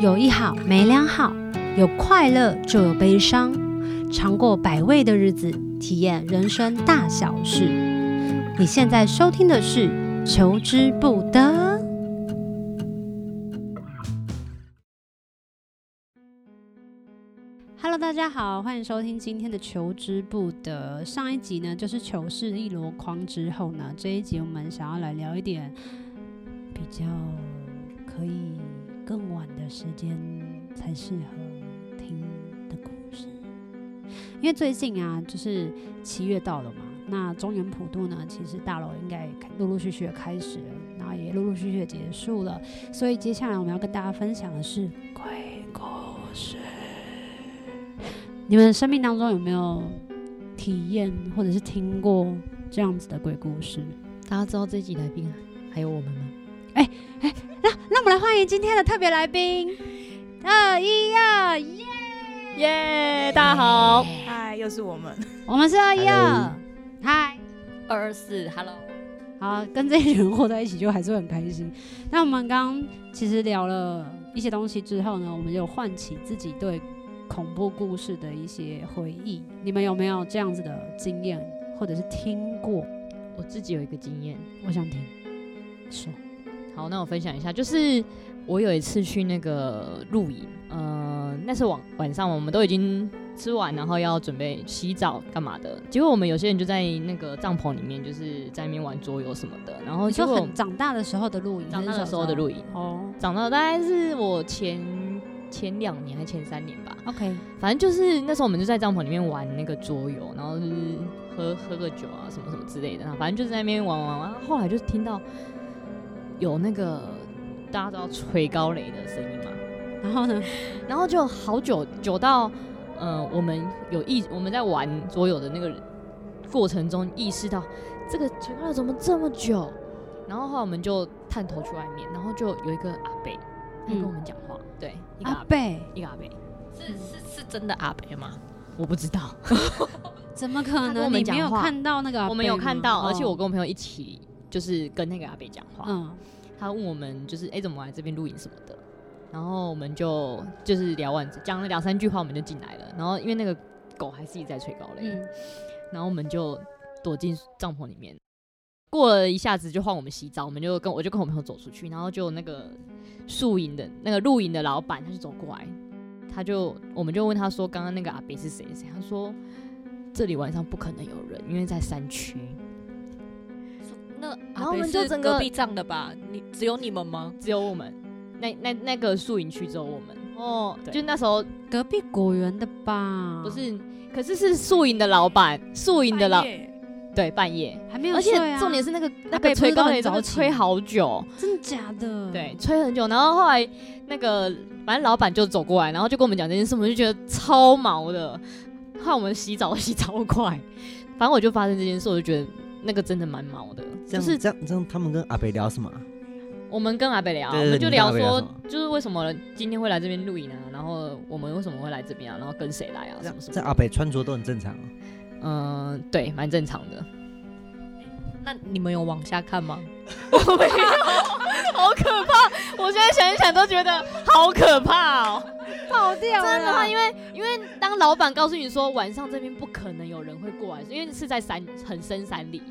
有一好没两好，有快乐就有悲伤，尝过百味的日子，体验人生大小事。你现在收听的是《求之不得》。Hello，大家好，欢迎收听今天的《求之不得》。上一集呢，就是糗事一箩筐之后呢，这一集我们想要来聊一点比较可以更晚的时间才适合听的故事。因为最近啊，就是七月到了嘛，那中原普渡呢，其实大楼应该也开陆陆续续的开始了，然后也陆陆续续的结束了，所以接下来我们要跟大家分享的是鬼故事。你们生命当中有没有体验或者是听过这样子的鬼故事？大家知道这一集来宾还有我们吗？那我们来欢迎今天的特别来宾，二一二耶！耶、大家好，嗨，又是我们。我们是二一二 Hello，嗨，二二四，Hello，好，跟这一群人混在一起就还是会很开心。那我们刚刚其实聊了一些东西之后呢，我们就唤起自己对恐怖故事的一些回忆。你们有没有这样子的经验，或者是听过？我自己有一个经验，我想听，说好，那我分享一下，就是我有一次去那个露营，呃，那是晚晚上我们都已经吃完，然后要准备洗澡干嘛的，结果我们有些人就在那个帐篷里面，就是在那边玩桌游什么的，然后你结说果很长大的时候的露营，长大的时候的露营营，哦长到大概是我前前两年还前三年吧， ，OK，反正就是那时候我们就在帐篷里面玩那个桌游，然后就是喝喝个酒啊，什么什么之类的，然后反正就是在那边玩玩玩。后来就听到有那个大家知道吹高雷的声音嘛，然后呢？然后就好久久到，呃，我们有意我们在玩桌游的那个过程中意识到这个吹高雷怎么这么久，然后后来我们就探头去外面，然后就有一个阿伯在跟我们讲话，对，一个阿嗯阿伯，贝，一个阿伯，嗯是是是真的阿北吗？我不知道。怎么他可跟能？我们你没有讲话看到那个阿伯吗？我们有看到，而且我哦跟我朋友一起就是跟那个阿北讲话，嗯，他问我们就是哎、诶怎么来这边露营什么的，然后我们就就是聊完讲了两三句话，我们就进来了，然后因为那个狗还是一直在吹高雷，嗯，然后我们就躲进帐篷里面。过了一下子就换我们洗澡，我们就跟我就跟我朋友走出去，然后就那个宿营的那个露营的老板他就走过来，他就我们就问他说刚刚那个阿北是谁谁，他说这里晚上不可能有人，因为在山区。那然然后后我我们们就整就整个个壁障的吧？你只有你们吗？只有我们，那那那个宿营区只有我们。哦，就那时候隔壁果园的吧？不，是，可是是宿营的老板，宿营的老半夜对半夜，还没有而且睡啊重点是那个那阿北不个是吹都高很雷真的早起吹吗好久，真的假嗯的？对，，吹很久。然后后来那个反正老板就走过来，然后就跟我们讲这件事，我们就觉得超毛的。后来我们洗澡 洗超快，反正我就发生这件事，我就觉得那个真的蛮毛的，这样就是子这样这样，他们跟阿北聊什么啊？我们跟阿北聊，啊对我对们就聊你跟阿说北聊什，就是为什么今天会来这边露营啊，然后我们为什么会来这边啊，然后跟谁来啊，什么什这么。阿北穿着都很正常哦。嗯、对，蛮正常的。那你们有往下看吗？ 我没有，好可怕！我现在想一想都觉得好可怕哦。跑掉真的吗？因为因为当老板告诉你说晚上这边不可能有人会过来，因为是在山很深山里，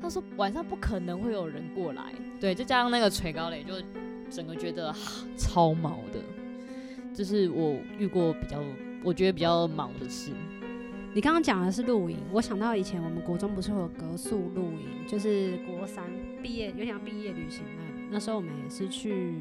他说晚上不可能会有人过来。对，再加上那个垂高雷，就整个觉得、啊超毛的，这是我遇过比较我觉得比较毛的事。你刚刚讲的是露营，我想到以前我们国中不是会有格宿露营，就是国三毕业，有点像毕业旅行那样那时候我们也是去，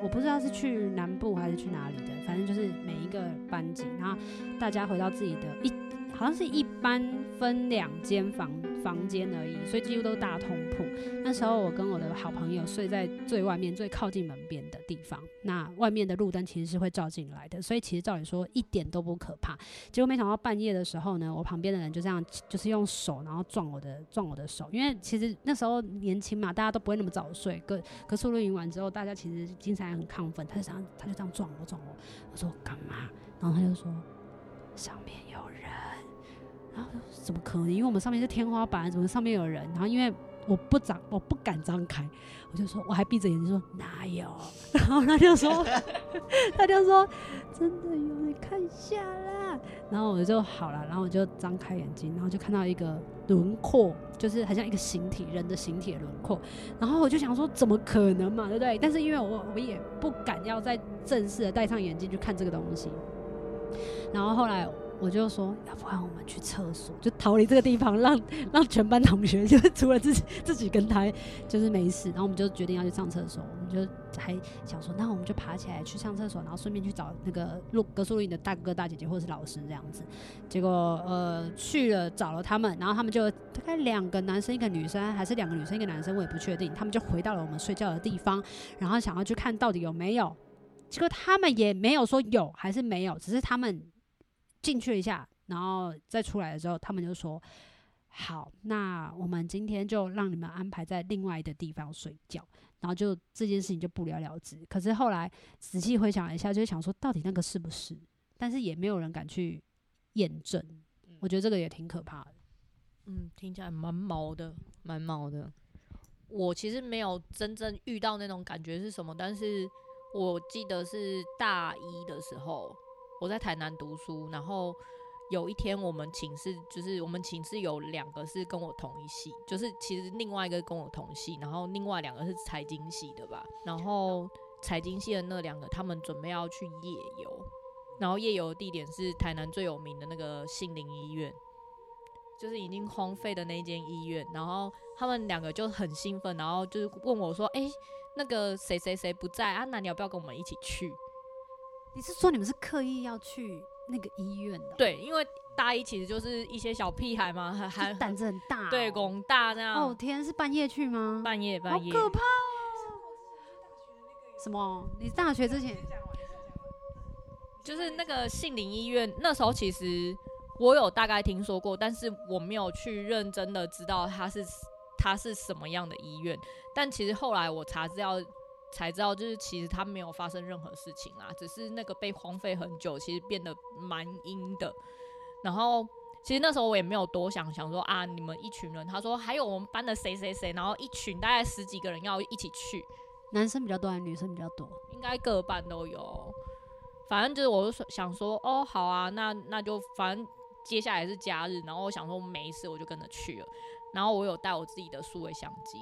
我不知道是去南部还是去哪里的，反正就是每一个班级，然后大家回到自己的一，好像是一班分两间房房间而已，所以几乎都是大通铺。那时候我跟我的好朋友睡在最外面、最靠近门边的地方，那外面的路灯其实是会照进来的，所以其实照理说一点都不可怕。结果没想到半夜的时候呢，我旁边的人就这样，就是用手然后撞我的撞我的手，因为其实那时候年轻嘛，大家都不会那么早睡。可可是露营完之后，大家其实精神还很亢奋，他就想他就这样撞我撞我，我说干嘛？然后他就说上面有人，然后我说怎么可能？因为我们上面是天花板，怎么上面有人？然后因为我不张，我不敢张开，我就说我还闭着眼睛说哪有， 然后他就说，他就说真的有，你看一下啦。然后我就好了，然后我就张开眼睛，然后就看到一个轮廓，就是很像一个形体，人的形体的轮廓。然后我就想说，怎么可能嘛，对不对？但是因为我我也不敢要再正式的戴上眼镜去看这个东西。然后后来我就说，要不然我们去厕所，就逃离这个地方，让让全班同学就是除了自己自己跟他就是没事。然后我们就决定要去上厕所，我们就还想说，那我们就爬起来去上厕所，然后顺便去找那个路格树林的大哥大姐姐或者是老师这样子。结果呃去了找了他们，然后他们就大概两个男生一个女生，还是两个女生一个男生，我也不确定。他们就回到了我们睡觉的地方，然后想要去看到底有没有。结果他们也没有说有还是没有，只是他们进去一下，然后再出来的时候，他们就说：“好，那我们今天就让你们安排在另外的地方睡觉。”然后就这件事情就不了了之。可是后来仔细回想了一下，就是想说到底那个是不是？但是也没有人敢去验证。我觉得这个也挺可怕的。嗯，听起来蛮毛的。蛮毛的。我其实没有真正遇到那种感觉是什么，但是我记得是大一的时候，我在台南读书，然后有一天我们寝室就是我们寝室有两个是跟我同一系，就是其实另外一个跟我同系，然后另外两个是财经系的吧，然后财经系的那两个他们准备要去夜游，然后夜游的地点是台南最有名的那个杏林医院。就是已经荒废的那间医院，然后他们两个就很兴奋，然后就是问我说：“哎、那个谁谁谁不在啊？那你要不要跟我们一起去你是说你们是刻意要去那个医院的？”，对，因为大一其实就是一些小屁孩 嘛，还还胆子很大、对拱大这样，哦天，是半夜去吗？半夜好半夜，可怕、哦什么？你大学之前就是那个杏林医院，那时候其实我有大概听说过，但是我没有去认真的知道它是它是什么样的医院。但其实后来我查资料才知道，就是其实它没有发生任何事情啦，只是那个被荒废很久，其实变得蛮阴的。然后其实那时候我也没有多想，想说啊，你们一群人，他说还有我们班的谁谁谁，然后一群大概十几个人要一起去，男生比较多还是女生比较多？应该各半都有。反正就是我就说想说，哦，好啊，那那就反正接下来是假日，然后我想说没事，我就跟着去了。然后我有带我自己的数位相机，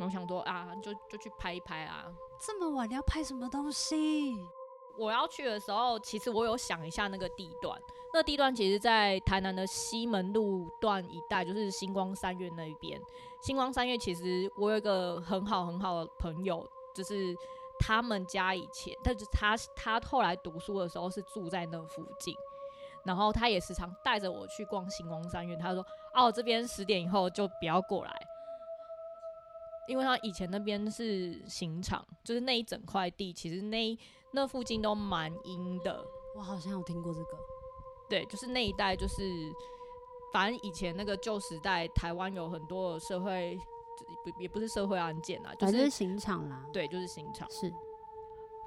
我想说啊，就就去拍一拍啊。这么晚你要拍什么东西？我要去的时候，其实我有想一下那个地段，那地段其实在台南的西门路段一带，就是星光三月那一边。星光三月其实我有一个很好很好的朋友，就是他们家以前，但是他他后来读书的时候是住在那附近。然后他也时常带着我去逛星光三月，他说：“哦，这边十点以后就不要过来，因为他以前那边是刑场，就是那一整块地，其实那一那附近都蛮阴的，我好像有听过这个。对，就是那一带就是，反正以前那个旧时代，台湾有很多的社会，不也不是社会案件啊，就反正就是是刑场啦，对，就是刑场。是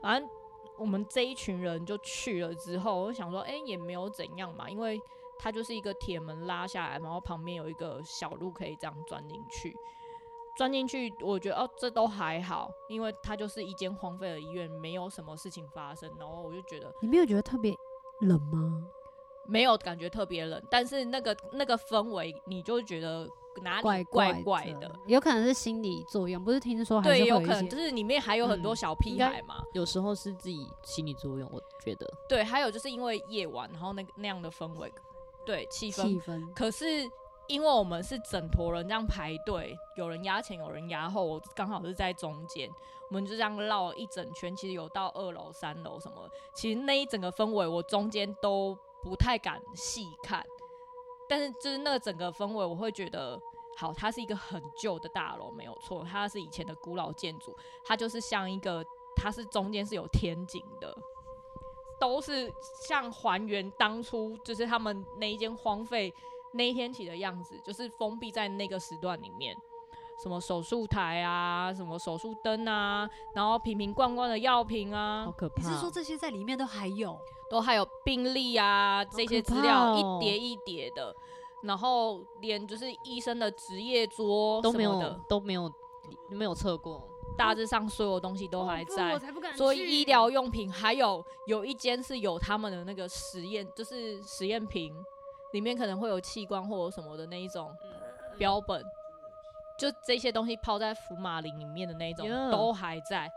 反正我们这一群人就去了之后，我就想说，哎、也没有怎样嘛，因为它就是一个铁门拉下来，然后旁边有一个小路可以这样钻进去。钻进去，我觉得哦，这都还好，因为它就是一间荒废的医院，没有什么事情发生。然后我就觉得你没有觉得特别冷吗？没有感觉特别冷，但是那个那个氛围，你就觉得哪里怪怪怪的的。有可能是心理作用，不是听说还是对，会有一可能些就是里面还有很多嗯小屁应该孩嘛。有时候是自己心理作用，我觉得对，还有就是因为夜晚，然后那个那样的氛围，对气氛。气氛。可是因为我们是整坨人这样排队，有人压前，有人压后，我刚好是在中间，我们就这样绕一整圈。其实有到二楼、三楼什么的，其实那一整个氛围，我中间都不太敢细看。但是就是那个整个氛围，我会觉得，好，它是一个很旧的大楼，没有错，它是以前的古老建筑，它就是像一个，它是中间是有天井的，都是像还原当初就是他们那一间荒废那一天起的样子，就是封闭在那个时段里面。什么手术台啊，什么手术灯啊，然后瓶瓶罐罐的药瓶啊好，可怕你哦。是说这些在里面都还有？都还有病历啊这些资料、好可怕哦一叠一叠的。然后连就是医生的职业桌都什没么有的，都没有没有测过，大致上所有东西都还在。才不敢所以医疗用品还有有一间是有他们的那个实验，就是实验瓶里面可能会有器官或者什么的那一种嗯标本，就这些东西泡在福马林里面的那一种 Yeah 都还在。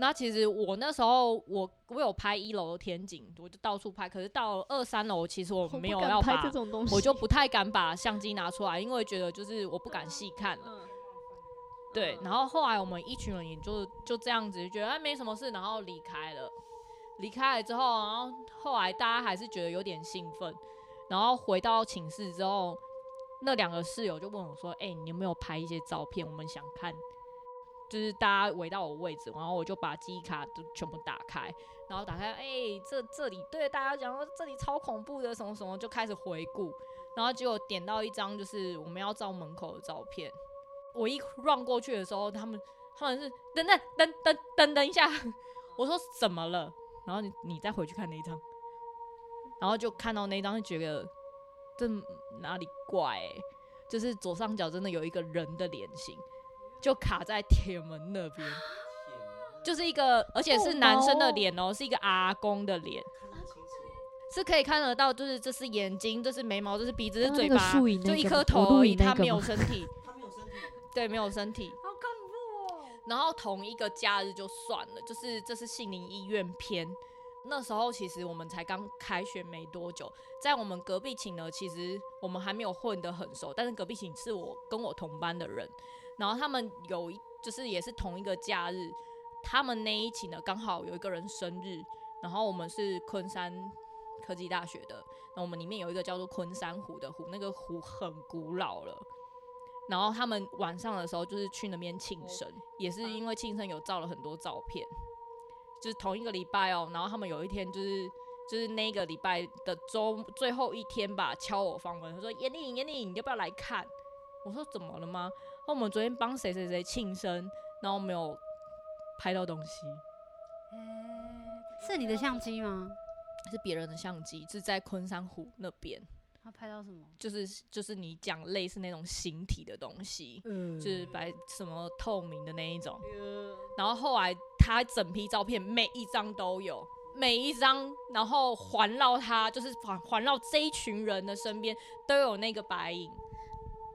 那其实我那时候我我有拍一楼的天井，我就到处拍，可是到二三楼其实我我不没有敢要拍把这种东西，我就不太敢把相机拿出来，因为觉得就是我不敢细看了。对，然后后来我们一群人也就就这样子，觉得哎没什么事，然后离开了。离开了之后，然后后来大家还是觉得有点兴奋，然后回到寝室之后，那两个室友就问我说：“哎、你有没有拍一些照片？我们想看。”就是大家围到我位置，然后我就把记忆卡都全部打开，然后打开，哎、这这里对大家讲说这里超恐怖的，什么什么，就开始回顾，然后结果点到一张就是我们要照门口的照片，我一 run 过去的时候，他们他们是等等等等等等一下， 我说怎么了？然后你你再回去看那一张，然后就看到那一张就觉得这哪里怪、欸，就是左上角真的有一个人的脸型，就卡在铁门那边。就是一个，而且是男生的脸哦、是一个阿公的脸，是可以看得到，就是这是眼睛，这是眉毛，这是鼻子，这是刚刚嘴那个巴，树影那就一个颗吗我头录而已，影那他个没有吗身体， 对，没有身体，好恐怖哦。然后同一个假日就算了，就是这是杏林医院篇。那时候其实我们才刚开学没多久，在我们隔壁寝呢，其实我们还没有混得很熟，但是隔壁寝是我跟我同班的人，然后他们有一就是也是同一个假日，他们那一寝呢刚好有一个人生日，然后我们是昆山科技大学的，那我们里面有一个叫做昆山湖的湖，那个湖很古老了。然后他们晚上的时候就是去那边庆生，也是因为庆生有照了很多照片，就是同一个礼拜哦。然后他们有一天就是就是那个礼拜的周最后一天吧，敲我房门，他说：“严丽颖，严丽颖，你要不要来看？”我说：“怎么了吗？”那我们昨天帮谁谁谁庆生，然后没有拍到东西，嗯是你的相机吗？是别人的相机，是在昆山湖那边，他拍到什么？就是就是你讲类似那种形体的东西，嗯就是白什么透明的那一种。嗯然后后来他整批照片每一张都有，每一张，然后环绕他，就是环环绕这一群人的身边都有那个白影，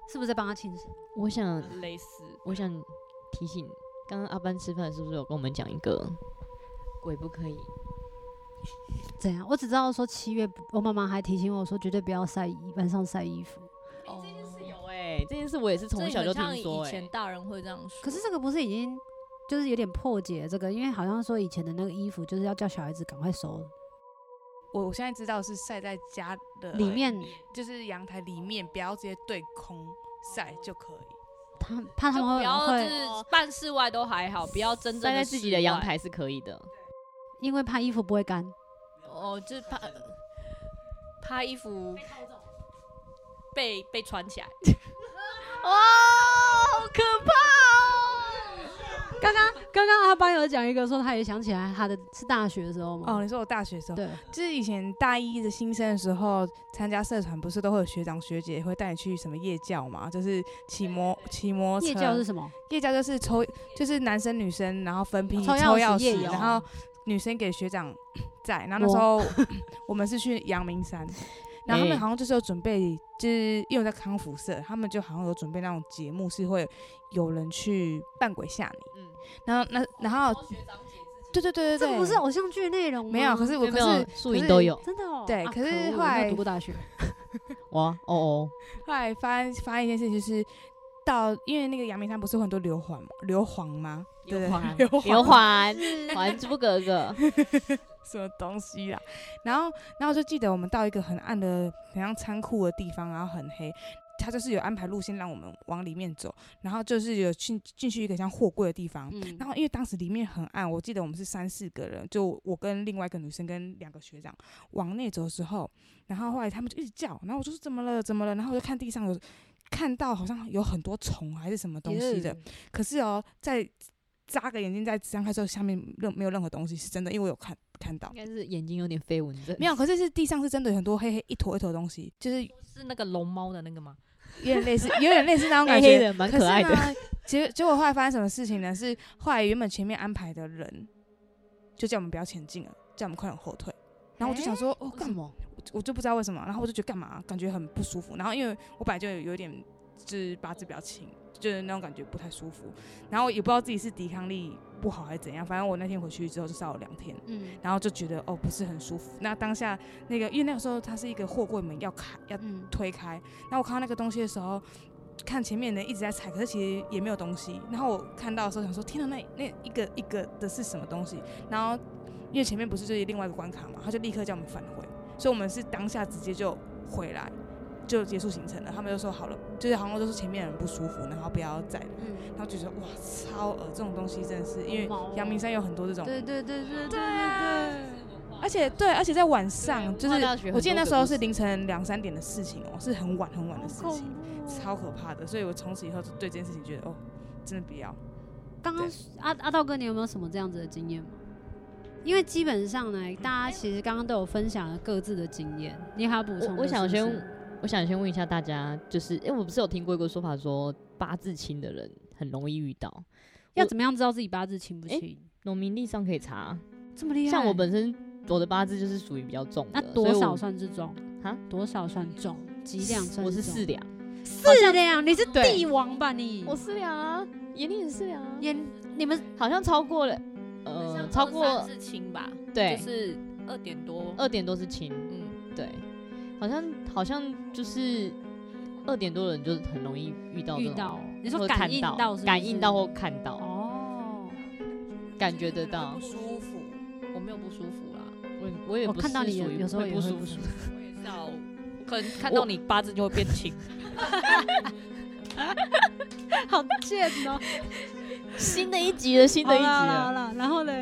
是不是在帮他庆生？我想类似嗯我想提醒，刚刚阿班吃饭是不是有跟我们讲一个鬼不可以？怎样？我只知道说七月不，我妈妈还提醒我说，绝对不要晒衣，晚上晒衣服。哦。有哎、这件事我也是从小就听说以哎、前大人会这样说，可是这个不是已经就是有点破解这个，因为好像说以前的那个衣服就是要叫小孩子赶快收，我我现在知道是晒在家的里，面就是阳台里面，不要直接对空晒就可以。他怕他就们不会要就会，哦是办室外都还好，不要真正站在自己的阳室外台是可以的，因为怕衣服不会干。哦，就是怕怕衣服被被穿 起来。哇，好可怕哦刚刚刚刚阿班有讲一个说，他也想起来他的是大学的时候嘛。哦，你说我大学的时候，对，就是以前大一的新生的时候，参加社团不是都会有学长学姐会带你去什么夜教嘛？就是骑摩骑摩托车。夜教是什么？夜教就是抽，就是男生女生，然后分批抽抽钥匙钥夜匙，游然后女生给学长在。然后那时候 我们是去阳明山，然后他们哎好像就是有准备，就是因为我在康复社，他们就好像有准备那种节目，是会有人去扮鬼吓你。嗯然后那然后对对对对对，这个不是偶像剧内容吗？没有，可是我哦！有可没是有树影都有真的哦。对啊可是恶我没后有来读过大学，哇哦 哦，后来发现发现一件事，就是到因为那个阳明山不是有很多硫磺吗硫磺吗？对对环硫磺刘环， 还珠格格， 什么东西啊？然后，然后就记得我们到一个很暗的、很像仓库的地方，然后很黑。他就是有安排路线让我们往里面走，然后就是有进进去一个像货柜的地方。嗯然后因为当时里面很暗，我记得我们是三四个人，就我跟另外一个女生跟两个学长往内走的时候，然后后来他们就一直叫，然后我就说怎么了怎么了，然后我就看地上有看到好像有很多虫还是什么东西的，可是哦在。扎个眼睛再张开之后，下面任没有任何东西，是真的，因为我有看看到应。该是眼睛有点飞蚊症，没有，可是是地上是真的有很多黑黑一坨一坨的东西，就是有是那个龙猫的那个吗？点类似，有点类似那种黑感黑觉。的，蛮可可爱的。是呢。结结果后来发生什么事情呢？是后来原本前面安排的人就叫我们不要前进了，叫我们快点后退。然后我就想说，哦，干嘛？么？我就不知道为什么，然后我就觉得干嘛，感觉很不舒服。然后因为我本来就有有点就是八字比较轻，就是那种感觉不太舒服。然后也不知道自己是抵抗力不好还是怎样，反正我那天回去之后就烧了两天，嗯然后就觉得哦不是很舒服。那当下那个因为那个时候它是一个货柜门要开要嗯，推开，那我看到那个东西的时候，看前面的人一直在踩，可是其实也没有东西。然后我看到的时候想说，天哪，那那一个一个的是什么东西？然后因为前面不是就是另外一个关卡嘛，他就立刻叫我们返回，所以我们是当下直接就回来。就结束行程了，他们就说好了，就是好像就是前面的人不舒服，然后不要再来，嗯，然后就觉得哇，超恶这种东西真的是，因为毛哦阳明山有很多这种，对对对对对对啊对，而且对，而且在晚上，对就文化是大学很我记多得那鬼时候故是事凌晨两三点的事情哦，是很晚很晚的事恐情，怖哦超可怕的。所以我从此以后就对这件事情觉得哦，真的不要。刚刚对阿阿道哥，你有没有什么这样子的经验吗？因为基本上呢，大家其实刚刚都有分享了各自的经验，你还要补充的我我想是不是先我想先问一下大家，就是因为我不是有听过一个说法说八字轻的人很容易遇到，要怎么样知道自己八字轻不诶轻？农民历上可以查，啊这么厉害？像我本身我的八字就是属于比较重那的，多所以少我算是重啊？多少算重？几两算重？我是四两，四两，你是对帝王吧你？我四两啊，眼力也四两啊，也你们好像超过了，嗯呃，超过是轻吧，对就是二点多，二点多是轻，嗯，对，好像好像就是二点多的人就很容易遇到这遇种到，你说或感看应到到是不感应是到或看到，哦，感觉得到不。舒服，我没有不舒服啦，我我也我不看是到你属有于有时候会也不会舒不服舒服。我也是啊，我 可能看到你八字就会变轻， 好贱哦！新的一集了，新的一集啊好啦好了。啦，然后呢？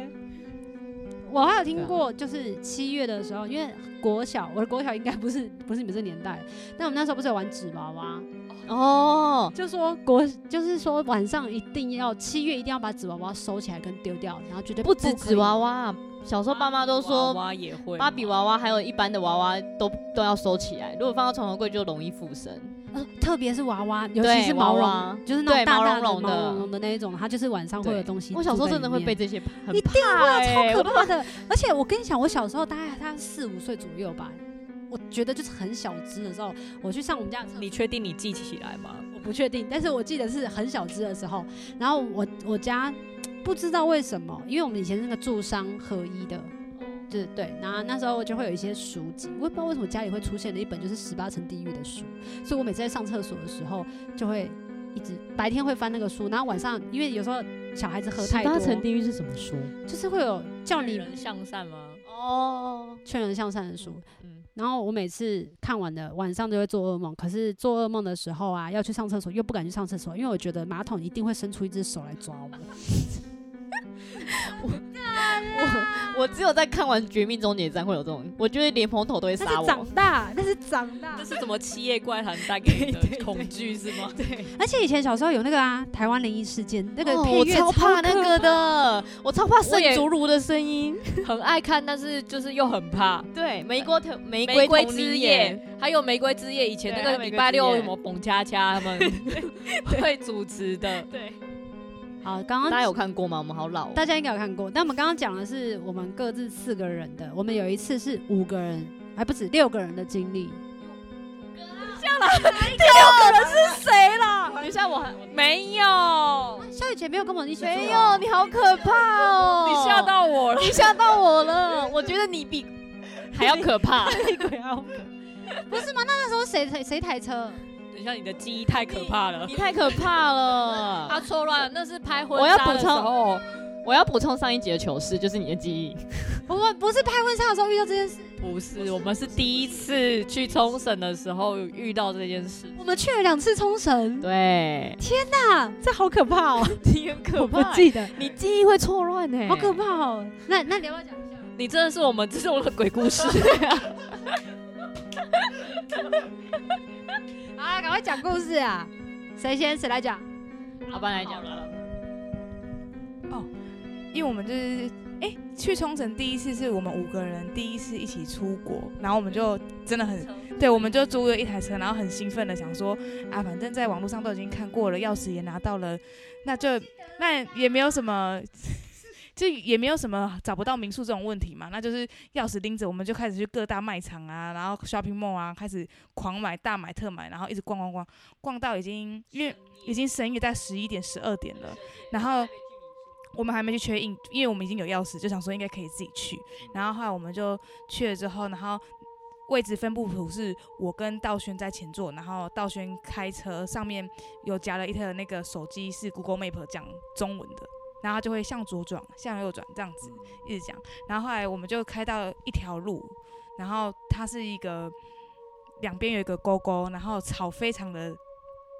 我还有对听啊过，就是七月的时候，因为国小，我的国小应该不是不是你们这年代，但我们那时候不是有玩纸娃娃，哦，就说国就是说晚上一定要七月一定要把纸娃娃收起来跟丢掉，然后绝对不止可纸以娃娃啊，小时候爸妈都说娃娃也会芭比吗娃娃还有一般的娃娃都都要收起来，如果放到床头柜就容易附身。呃，特别是娃娃，尤其对是毛娃绒娃，就是那种对大毛大的茸茸毛的茸茸的那一种，它就是晚上会有对东西。我小时候真的会 被，这些很一啊怕欸， 超可怕的。而且我跟你讲，我小时候大概大概四五岁左右吧，我觉得就是很小只的时候，我去上我们家的厕所你确定你记起来吗？我不确定，但是我记得是很小只的时候，然后我我家不知道为什么，因为我们以前是那个住商合一哦的。就是对，然后那时候就会有一些书籍，我也不知道为什么家里会出现了一本就是十八层地狱的书，所以我每次在上厕所的时候就会一直白天会翻那个书，然后晚上因为有时候小孩子喝太多八，层地狱是什么书？就是会有叫女你人向善吗？哦，劝人向善的书，嗯，然后我每次看完的晚上都会做噩梦，可是做噩梦的时候啊，要去上厕所又不敢去上厕所，因为我觉得马桶一定会伸出一只手来抓我。我我只有在看完《绝命终结站》会有这种，我觉得连蓬头都会那杀是我长。大，那是长大这。是什么七夜怪谈带给 你的恐惧是吗？对，而且以前小时候有那个啊，台湾灵异事件那个哦配我乐、超怕那可个的，我超怕我圣也竹如的声音。 很爱看，但是就是又很怕。 对，玫瑰藤玫玫瑰同之林夜，还有玫瑰之夜，以前对那还个有玫礼瑰拜之六夜什么蹦恰恰他 们会主持 的，对，好，刚大刚家有看过吗？我们好老、哦，大家应该有看过，但我们刚刚讲的是我们各自四个人的，我们有一次是五个人，还不止六个人的经历。谁啦？等一下我还没有，小雨姐没有跟我一起、哦没有，你好可怕哦！你吓到 我 了。你吓到我 了，我觉得你比还要可怕。不是吗？那那时候谁谁谁台车？等一下，你的记忆太可怕了。 你太可怕了 他。错乱了，那是拍婚我要纱补的时充候，我要补充上一集的糗事，就是你的记忆。我们不是拍婚纱的时候遇到这件事，不是，我们是第一次去冲绳的时候遇到这件事。我们去了两次冲绳， 对，那这好可怕哦， 你很可我不记得，你记忆会错乱欸呢、好 可怕哦。那那你要不要讲一下？你真的是我们这种的鬼故事。啊，赶快讲故事啊！谁先谁来讲？老板来讲了。哦，因为我们就是哎、去冲绳第一次是我们五个人第一次一起出国，然后我们就真的很对，我们就租了一台车，然后很兴奋的想说啊，反正在网络上都已经看过了，钥匙也拿到了，那就那也没有什么。 就也没有什么找不到民宿这种问题嘛，那就是钥匙拎着，我们就开始去各大卖场啊，然后 shopping mall 啊，开始狂买、大买、特买，然后一直逛逛逛，逛到已经因为已经深夜，在十一点、十二点了，然后我们还没去确认，因为我们已经有钥匙，就想说应该可以自己去。然后后来我们就去了之后，然后位置分布图是我跟道轩在前座，然后道轩开车，上面有夹了一台那个手机是 Google Map 讲中文的。然后他就会向左转，向右转这样子一直讲。然后后来我们就开到一条路，然后它是一个两边有一个沟沟，然后草非常的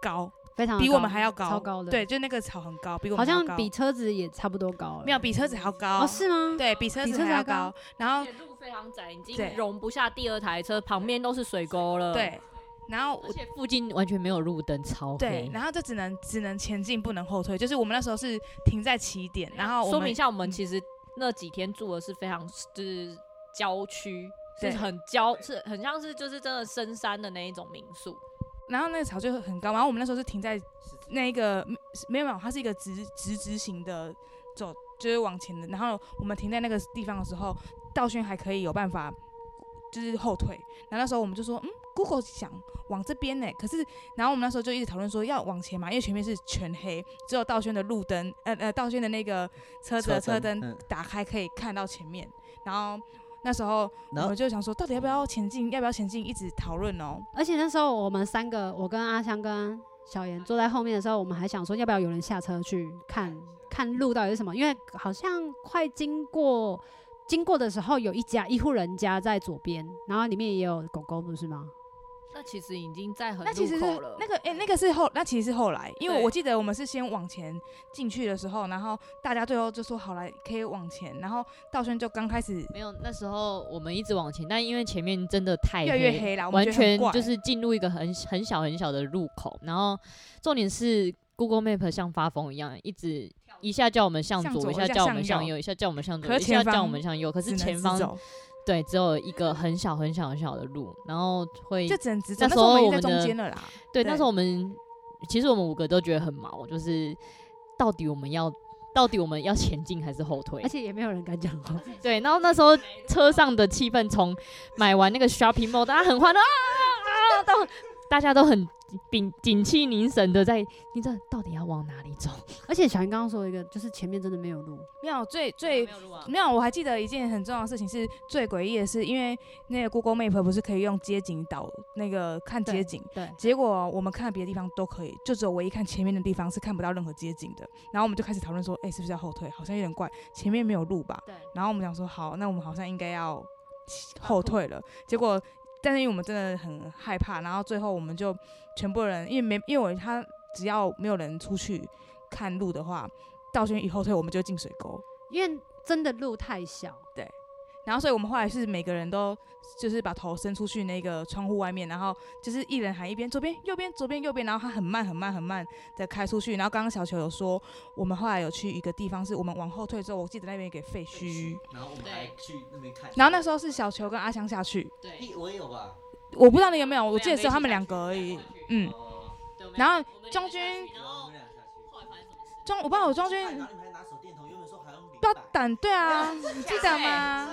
高，非常的比我们啊高还要高，超高的，对，，就那个草很高，比我好们还要像高比车子也差不多高了，没有比车子还要高，哦，是吗？对比车比子车还子要还高高。然后路非常窄，已对经容不下第二台车，旁边都是水沟了。，对，然后而我且附近完全没有路灯，超对黑，。然后就只能只能前进，不能后退。就是我们那时候是停在起点，然哦后我说们明一下，我嗯们其实那几天住的是非常就是郊区，是对很郊，是很像是就是真的深山的那一种民宿。然后那个草就很高，然后我们那时候是停在那一个没有没有，它是一个直直直行的走，就是往前的。然后我们停在那个地方的时候，道轩还可以有办法就是后退。然后那时候我们就说，嗯，Google 想往这边呢，可是然后我们那时候就一直讨论说要往前嘛，因为前面是全黑，只有道轩的路灯，呃呃，道轩的那个车子的车灯嗯打开可以看到前面，然后。那时候然我后们就想说，到底要不要前进？要不要前进？一直讨论哦。而且那时候我们三个，我跟阿香跟小妍坐在后面的时候，我们还想说要不要有人下车去看看路到底是什么，因为好像快经过经过的时候有一家一户人家在左边，然后里面也有狗狗，不是吗？那其实已经在很那其实入是口了。那个哎、那个是后，那其实是后来，因为对我记得我们是先往前进去的时候，然后大家最后就说好来可以往前，然后道轩就刚开始没有，那时候我们一直往前，但因为前面真的太越来越黑了，啊我们完觉得很全怪就是进入一个很很小很小的入口，然后重点是 Google Map 像发疯一样，一直一下叫我们向向左，左一下一下叫我向们向右右，一下叫我们向左，可一是前下叫我方们向右，可只是能前直方走对只有一个很小很小很小的路，然后会就只能直走，那那时时候候我们已我经在们中的间了啦，对，对那时候我们其实我们五个都觉得很毛，就是到底我们要到底我们要前进还是后退而？且也没有人敢讲话，对，然后那时候车上的气氛从买完那个 shopping mall，大家很欢乐啊啊啊，到大家都很屏屏气凝神的在，你这到底要往哪里走？ 而且小妍刚刚说一个，就是前面真的没有路，没有最最。有路啊，没有，我还记得一件很重要的事情是最诡异的是，因为那个 Google Map 不是可以用街景导那个看街景，对，结果我们看别的地方都可以，就只有唯一看前面的地方是看不到任何街景的。然后我们就开始讨论说，哎、是不是要后退？好像有点怪，前面没有路吧？对。然后我们想说，好，那我们好像应该要后退了。结果，但是因为我们真的很害怕，然后最后我们就全部人，因为没，因为我他只要没有人出去看路的话，道轩一后退，我们就进水沟。因为真的路太小，然后，所以我们后来是每个人都就是把头伸出去那个窗户外面，然后就是一人喊一边左边右边左边右边，然后他很慢很慢很慢的开出去。然后刚刚小球有说，我们后来有去一个地方，是我们往后退之后，我记得那边有给废墟。然后我们还去那边看，然后那时候是小球跟阿香下去，对，你我也有吧，我不知道你有没有，我记得只有他们两个而已。嗯，哦，然后将军然后我们俩下去，庄，我不知道我庄君然后你们还拿手电筒，原本说还用不要胆，对啊，你记得吗？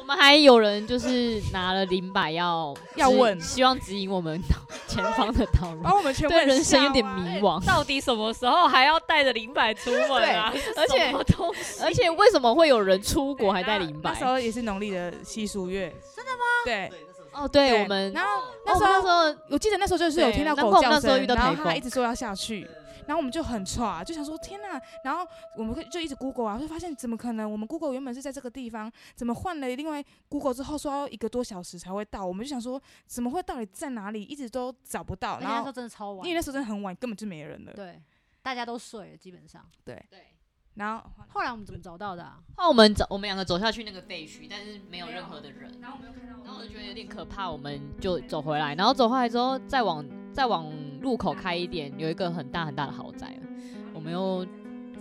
我们还有人就是拿了零百要 要指问希望指引我们到 前方的道路把，我们全部对人吓生有点完迷哎惘。到底什么时候还要带着零百出门啊？而且什么东 西而且为什么会有人出国还带零那时百？候也是农历的习俗月，真的吗？对，对，那时候哦，对，我们然哦后我那们时那候。时候我记得那时候就是有对听到难怪狗我们叫那时候遇声，到然后台他风一直说要下去，然后我们就很歘，就想说天呐，然后我们就一直 Google 啊，就发现怎么可能？我们 Google 原本是在这个地方，怎么换了另外 Google 之后说要一个多小时才会到？我们就想说怎么会到底在哪里，一直都找不到。而且那然时候后真的超晚因为，那时候真的很晚，根本就没人了。对，大家都睡了基本上。然后后来我们怎么找到的、啊？那我们走，我们两个走下去那个废墟，但是没有任何的人。然后我就觉得有点可怕，我们就走回来，然后走回来之后，再往再往路口开一点，有一个很大很大的豪宅了。我们又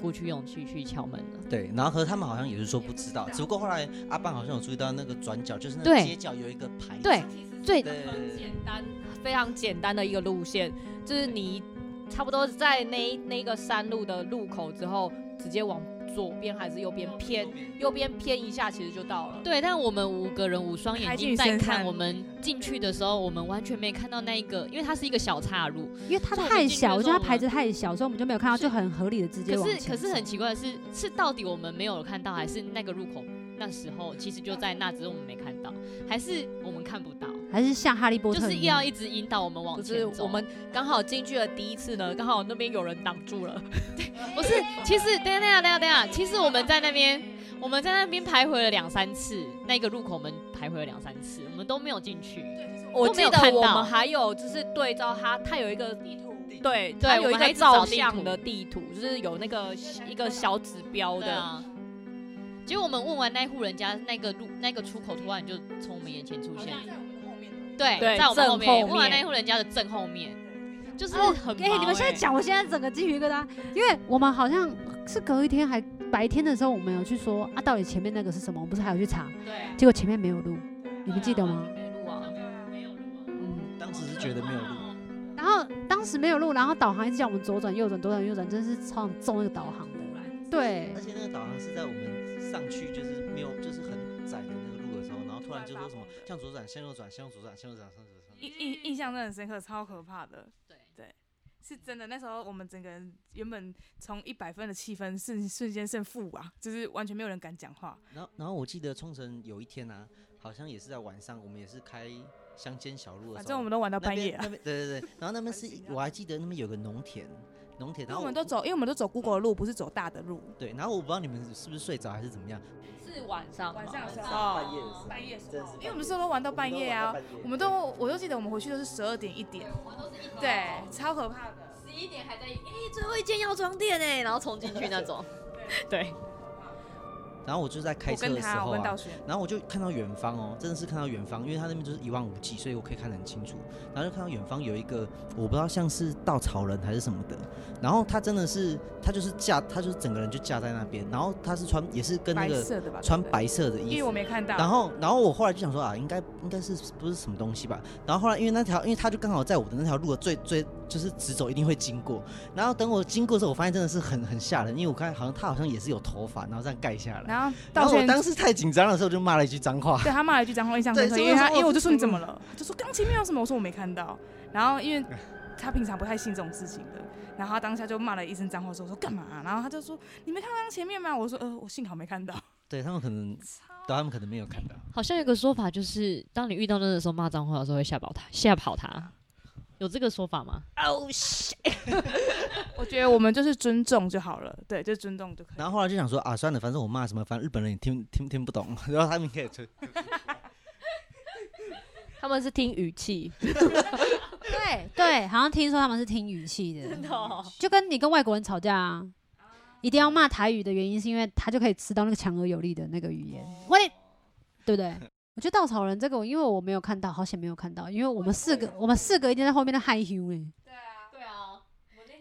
鼓起勇气去敲门了。对，然后和他们好像也是说不知道，只不过后来阿棒好像有注意到那个转角，就是那个对街角有一个牌子，对，最对很简单，非常简单的一个路线，就是你差不多在那那个山路的路口之后，直接往左边还是右边偏，右边偏一下，其实就到了。对，但我们五个人五双眼睛在开进深看，山我们进去的时候，我们完全没看到那一个，因为它是一个小岔路。因为它所以我太就进去小，的我时觉得候它我牌们子太小，所以我们就没有看到，就很合理的直接可往是前可是很走奇怪的是，是到底我们没有看到，还是那个入口那时候其实就在那，只是我们没看到，还是我们看不到？还是像哈利波就特是一要样，一直引导我们往就前是走。我们刚好进去的第一次呢，刚好那边有人挡住了，不是，其实等一下等一下等一下等一下，其实我们在那边我们在那边徘徊了两三次，那个入口门徘徊了两三次，我们都没有进去。我都没记有得看我到们还有就是对照它，它有一个地图，对对它我有们一还个一直找照地相图的地图，就是有那个一个小指标对的。啊。结果我们问完那户人家，那个路那个出口突然就从我们眼前出现，对，对在我们正后面，后问完那面户人家的正后面，就是哦很哎、你毛们现在欸讲，我现在整个鸡皮疙瘩，因为我们好像是隔一天还白天的时候，我们有去说啊，到底前面那个是什么？我们不是还有去查，对，结果前面没有路，你们记得吗？没路啊，没有路啊嗯，当时是觉得没有路，然后当时没有路，然后导航一直叫我们左转、右转、左转、右转，真是超想中那个导航的。对而，且那个导航是在我们上去就是没有就是很窄的那个路的时候，然后突然就说什么向左转，向右转，向左转，向右转，向左转。印印印象真的很深刻，超可怕的。对对，是真的。那时候我们整个人原本从一百分的气氛瞬瞬间胜负啊，就是完全没有人敢讲话。然后然后我记得冲绳有一天啊，好像也是在晚上，我们也是开乡间小路的时候，反正我们都玩到那半夜边啊，那边对 对对，然后那边是一我还记得那边有个农田，农田，因为然我后们都走，因为我们都走 Google 的路，不是走大的路。对，然后我不知道你们是不是睡着还是怎么样，是晚上哦吗，半夜的时候哦半夜的时真的候是半因夜为我们那时候都玩到半夜啊，我们都我都记得我们回去都是十二点一点，对，超可怕的。十一点还在，哎，最后一间药妆店哎，然后冲进去那种，对，然后我就在开我车跟的时他，候我跟啊道，轩，然后我就看到远方哦，真的是看到远方，因为它那边就是一望无际，所以我可以看得很清楚。然后就看到远方有一个，我不知道像是稻草人还是什么的，然后他真的是，他就是架，他就是整个人就架在那边，然后他是穿也是跟那白个色的吧，穿对不对，白色的因衣为服我。没看到。然后，然后我后来就想说啊，应该应该是不是什么东西吧？然后后来因为那条，因为他就刚好在我的那条路的最最就是直走一定会经过。然后等我经过的时候，我发现真的是很很吓人，因为我看好像他好像也是有头发，然后这样盖下来。然后然道后我轩当时太紧张的时候就骂了一句脏 话，对他骂了一句脏话，印象深刻，对因为他所以我因为我就说你怎么了，他就说刚前面有什么，我说我没看到，然后因为他平常不太信这种事情的，然后他当下就骂了一声脏话，说我说干嘛、然后他就说你没看到刚前面吗？我说呃，我幸好没看到， 对他们可能，对他们可能没有看到。 好像有个说法就是，当你遇到那个时候骂脏话的时候，会吓跑他，吓跑他，有这个说法吗？我觉得我们就是尊重就好了，对，就尊重就可以。然后后来就想说啊，算了，反正我骂什么，反正日本人也听听听不懂， 然后他们可以吹。他们是听语气，对对，好像听说他们是听语气的，哦 就跟你跟外国人吵架啊，一定要骂台语的原因是因为他就可以吃到那个强而有力的那个语言，哦喂，对不对？我觉得稻草人这个我，因为我没有看到，好险没有看到，因为我们四个，我们四个一定在后面的害羞哎、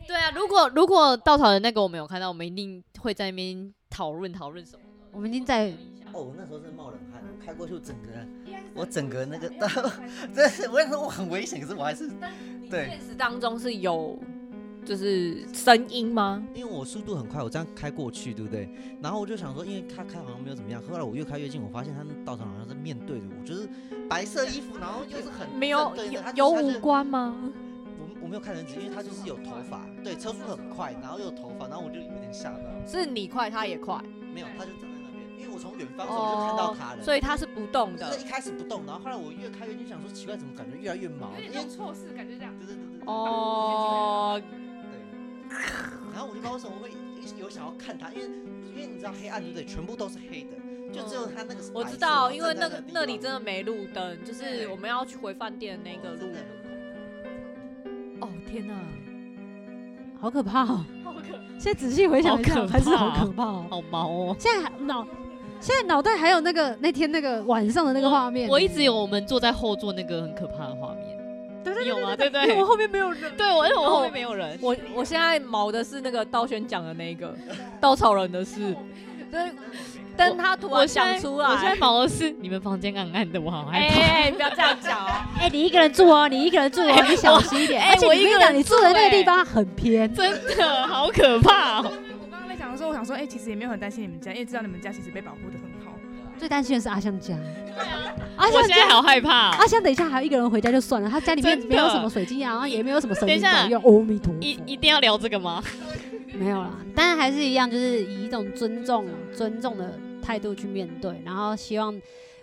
对啊，如果如果稻草人那个我没有看到，我们一定会在那边讨论讨论什么。我们已经在嗯哦，我那时候真的冒冷汗，开过去我整个，我整个那个， 真是我也说我很危险，可是我还是对。现实当中是有就是声音吗？因为我速度很快，我这样开过去，对不对？然后我就想说，因为他开好像没有怎么样，后来我越开越近，我发现他们道场好像是面对着我，就是白色衣服，然后又是很没有正对有的他就是有他就五是官吗？我我没有看人仔细，因为他就是有头发，对，车速很快，然后又有头发，然后我就有点吓到，是你快，他也快，没有，他就站在那边，因为我从远方的时候我就看到他了，哦所以他是不动就是的一。开始不动，然后后来我越开越近，想说奇怪，怎么感觉越来越毛，因为错事感觉这样，对对对对对哦，对，然后我就不知道为什么会有想要看他，因为因为你知道黑暗对不对？全部都是黑的，就只有他那个是白色的、我知道，因为那个站在那里地真的没路灯，就是我们要去回饭店的那个方真。路的哦天哪，好可怕哦、现在仔细回想一下，好可怕还是好可怕哦、好毛哦！现在还脑，现在脑袋还有那个那天那个晚上的那个画面、我一直有我们坐在后座那个很可怕的画面，对对有吗？对不因为啊我对？后面没有人。对，我因为我后面没有人。我我现在毛的是那个道轩讲的那一个稻草人的事，但但他突我然现在想出我现在来，忙的是你们房间暗暗的，我好害怕。哎，不要这样讲哦。哎、你一个人住哦，你一个人住哦，你小心一点。哎而且我你一跟个你讲，人你住的那个住哎地方很偏，真的好可 怕哦！我刚刚在想的时候，我想说，哎、其实也没有很担心你们家，因为知道你们家其实被保护的很好。最担心的是阿香家。阿啊我香现在家，好害怕哦、阿香等一下还要一个人回家就算了，他家里面真的没有什么水晶啊，然后也没有什么神等一明下保佑，阿弥陀一佛，一定要聊这个吗？没有啦。但是还是一样，就是以一种尊重、尊重的态度去面对，然后希望，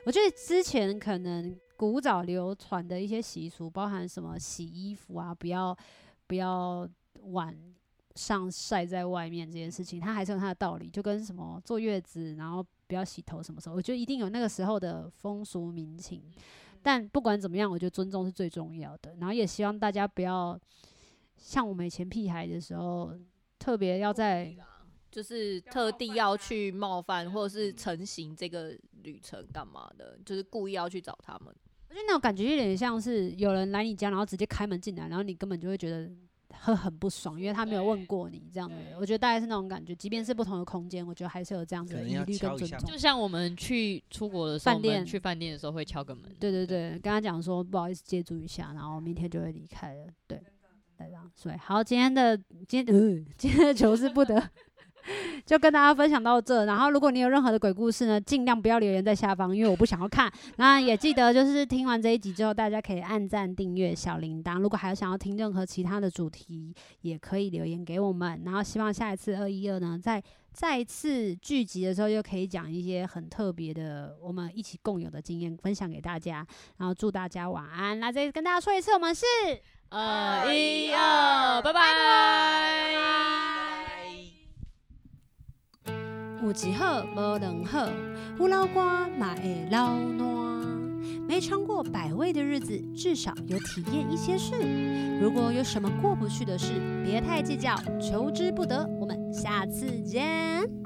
我觉得之前可能古早流传的一些习俗，包含什么洗衣服啊，不要不要晚上晒在外面这件事情，它还是有它的道理，就跟什么坐月子，然后不要洗头什么时候，我觉得一定有那个时候的风俗民情。但不管怎么样，我觉得尊重是最重要的。然后也希望大家不要像我们以前屁孩的时候，特别要在就是特地要去冒犯或者是成行这个旅程干嘛的，就是故意要去找他们。我觉得那种感觉有点像是有人来你家，然后直接开门进来，然后你根本就会觉得很很不爽，因为他没有问过你这样子。我觉得大概是那种感觉，即便是不同的空间，我觉得还是有这样子可的能疑要虑跟敲一尊下重。就像我们去出国的时饭候，我店们去饭店的时候会敲个门。对对对，跟他讲说不好意思借住一下，然后明天就会离开了。对，对这样。所以好，今天的今天、呃、今天的糗事不得 就跟大家分享到这。然后如果你有任何的鬼故事呢，尽量不要留言在下方，因为我不想要看。那也记得就是听完这一集之后，大家可以按赞、订阅、小铃铛。如果还有想要听任何其他的主题，也可以留言给我们。然后希望下一次二一二呢，在再次聚集的时候，又可以讲一些很特别的我们一起共有的经验，分享给大家。然后祝大家晚安。那再跟大家说一次，我们是呃，一二，拜拜。有一好无两好，胡老瓜嘛会老暖。没尝过百味的日子，至少有体验一些事。如果有什么过不去的事，别太计较，求之不得。我们下次见。